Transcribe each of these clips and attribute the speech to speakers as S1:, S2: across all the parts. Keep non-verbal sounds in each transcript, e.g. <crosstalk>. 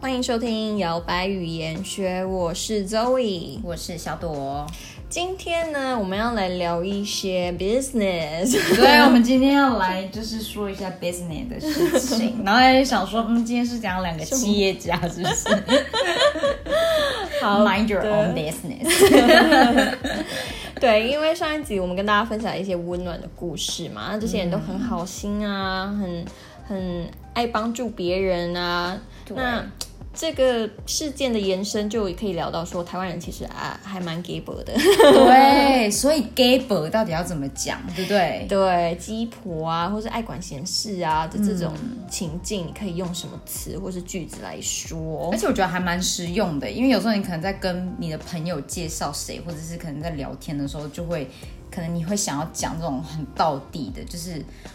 S1: 欢迎收听摇摆语言学，我是 Zoe。
S2: 我是小朵。哦
S1: 今天呢，我们要来聊一些 business。 <laughs>
S2: 对，我们今天要来就是说一下 business 的事情， <laughs> 然后也想说，嗯，今天是讲两个企业家，是不是？Mind your own business。
S1: 对，因为上一集我们跟大家分享一些温暖的故事嘛，那这些人都很好心啊，很很爱帮助别人啊。那这个事件的延伸就可以聊到说，台湾人其实啊还蛮 gay 的， <laughs>
S2: 对，所以 gay 伯到底要怎么讲，对不对？
S1: 对，鸡婆啊，或是爱管闲事啊的这种情境，你可以用什么词或是句子来说
S2: 而？且我觉得还蛮实用的，因为有时候你可能在跟你的朋友介绍谁，或者是可能在聊天的时候，就会可能你会想要讲这种很道地的，就是、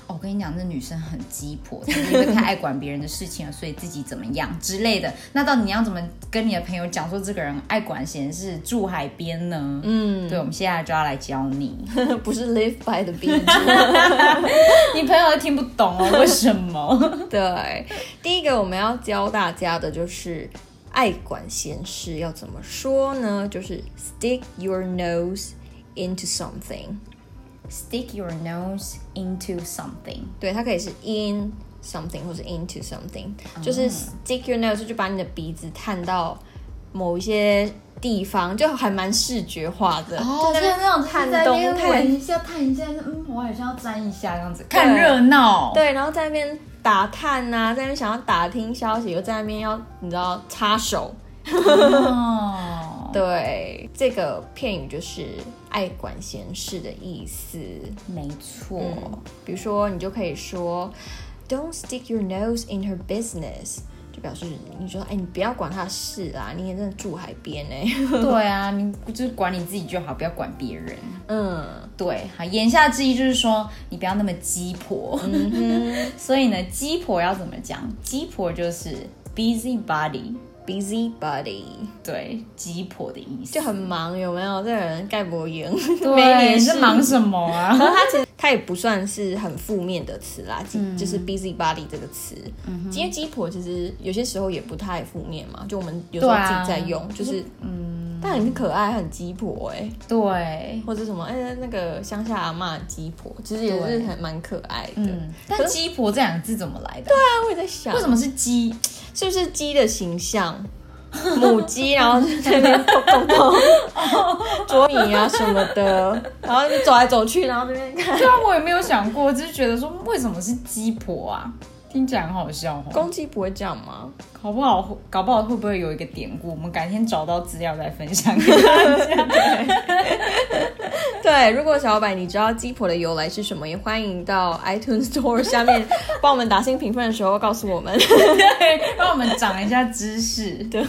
S2: 哦、我跟你讲，这女生很鸡婆，她因为太爱管别人的事情了，所以自己怎么样之类的。那到底你要怎么跟你的朋友讲说这个人爱管闲事，住海边呢？嗯，对，我们现在就要来教你， <laughs>
S1: <laughs> 不是 live by the beach。
S2: 你朋友都听不懂哦，为什么？
S1: 对，第一个我们要教大家的就是爱管闲事要怎么说呢？就是 stick your nose into something。
S2: Stick your nose into something。
S1: 对，它可以是 in something 或是 into something，就是 stick your nose 就把你的鼻子探到某一些地方，就还蛮视觉化的。
S2: 哦，
S1: 就在那
S2: 就是
S1: 边
S2: 那种
S1: 探
S2: 探在那
S1: 东
S2: 边
S1: 探
S2: 闻一下，探一下，嗯，我好像要沾一下这样子，
S1: 看
S2: 看
S1: 热
S2: 热闹。 <laughs>
S1: 对，然后在那边打探呐、在那边想要打听消息，又在那边要你知道插手。
S2: 哦，
S1: 对，这个片语就是爱管闲事的意思。
S2: 没错。
S1: 比如说，你就可以说，Don't stick your nose in her business，就表示你说，哎，你不要管她的事啦，你也真的住海边哎、
S2: <laughs> 对啊，你就是管你自己就好，不要管别人。
S1: <laughs> 嗯，
S2: 对，好，言下之意就是说，你不要那么鸡婆。 <laughs> 所以呢，鸡婆要怎么讲？鸡婆就是 busybody，
S1: ，busybody
S2: 对，鸡婆的意思。
S1: 就很忙，有没有？这个人盖博赢， <laughs>
S2: 对，
S1: 没
S2: 你
S1: 你
S2: 是忙什么啊？ <laughs>
S1: 它其实它也不算是很负面的词啦，即
S2: 嗯
S1: 就是 busybody 这个词，因为鸡婆其实有些时候也不太负面嘛，就我们有时候
S2: 对
S1: 自
S2: 啊
S1: 己在用，就是嗯，但很可爱，很鸡婆哎、
S2: 对，
S1: 或者什么哎、那个乡下阿嬷鸡婆，其实也是
S2: 对
S1: 很蛮可爱的。
S2: 嗯，但鸡婆这两个字怎么来的？啊
S1: 但我也在想
S2: 为，什么是鸡？
S1: 是不是鸡的形象？母鸡，然
S2: <laughs>
S1: 后就在那边蹦蹦蹦，啄米啊什么的，然后就走来走去，然后这边看
S2: 对啊，我也没有想过，只是觉得说为什么是鸡婆啊？听起来很好笑哦。
S1: 公鸡不会这样吗？
S2: 搞不好，搞不好会不会有一个典故？我们改天找到资料再分享给大家。
S1: <laughs> 对，如果小老板你知道鸡婆的由来是什么，也欢迎到 iTunes Store 下面帮我们打星评分的时候告诉我们。
S2: 对， <laughs> 让我们长一下知识。
S1: 对，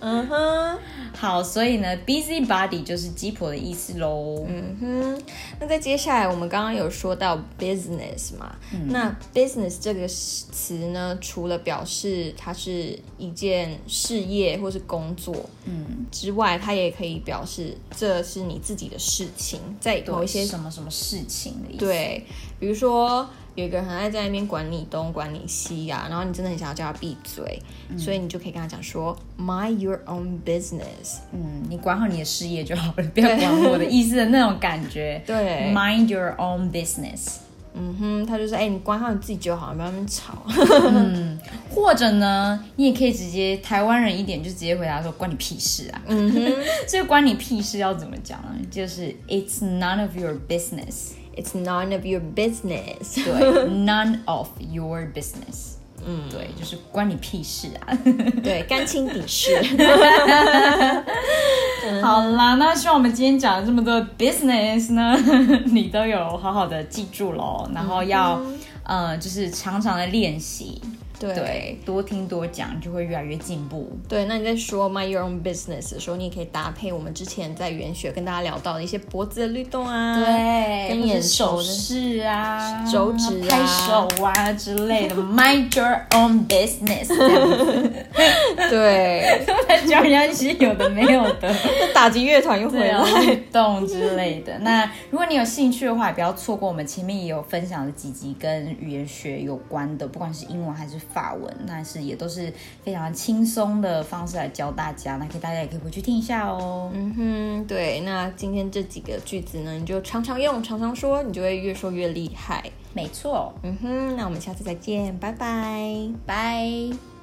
S1: 嗯哼，
S2: 好，所以呢，busybody 就是鸡婆的意思喽。嗯，
S1: 嗯哼。那再接下来，我们刚刚有说到 business 嘛，那 business 这个词呢，除了表示它是一件事业或是工作，嗯之外，它也可以表示这是你自己的事情，在某一些
S2: 什么什么事情的意思。，
S1: 对，比如说有一个人很爱在那边管你东管你西啊，然后你真的很想要叫他闭嘴，
S2: 嗯
S1: 所以你就可以跟他讲说 mind your own business。
S2: 嗯，你管好你的事业就好了，不要管我的意思的那种感觉。
S1: 对
S2: ，mind your own business。
S1: 嗯哼，他就说，哎、你管好你自己就好，不要在那边吵。
S2: <laughs> 或者呢，你也可以直接台湾人一点，就直接回答说关你屁事啊。嗯哼， <laughs> 所以关你屁事要怎么讲呢？就是 It's none of your business，
S1: It's none of your business。
S2: 对 <laughs> ，none of your business。嗯，对，就是关你屁事啊！
S1: 对，干清底事。
S2: 好啦，那希望我们今天讲了这么多 business 呢， <laughs> 你都有好好的记住喽，然后要、呃，就是常常的练习，
S1: 对
S2: <laughs> 对
S1: 对，
S2: 多听多讲，就会越来越进步。
S1: 那你在说 mind your own business 的时候，你也可以搭配我们之前在元学跟大家聊到的一些脖子的律动啊，
S2: 对，
S1: 跟
S2: 或者
S1: 眼熟
S2: 手
S1: 的
S2: 势啊、
S1: 手指啊
S2: 拍手啊之类的，mind your own business，这 <laughs> 样子
S1: <laughs> <laughs> 对，
S2: 突然教人家一些有的没有
S1: <laughs>
S2: 的
S1: 那打击乐团又回
S2: 对
S1: 来
S2: 啊，运动之类的。那如果你有兴趣的话，也不要错过我们前面也有分享的几集跟语言学有关的，不管是英文还是法文，但是也都是非常轻松的方式来教大家，那可以大家也可以回去听一下哦。
S1: 嗯哼，对，那今天这几个句子呢，你就常常用，常常说，你就会越说越厉害。
S2: 没错，
S1: 嗯哼，那我们下次再见，拜拜。
S2: 拜。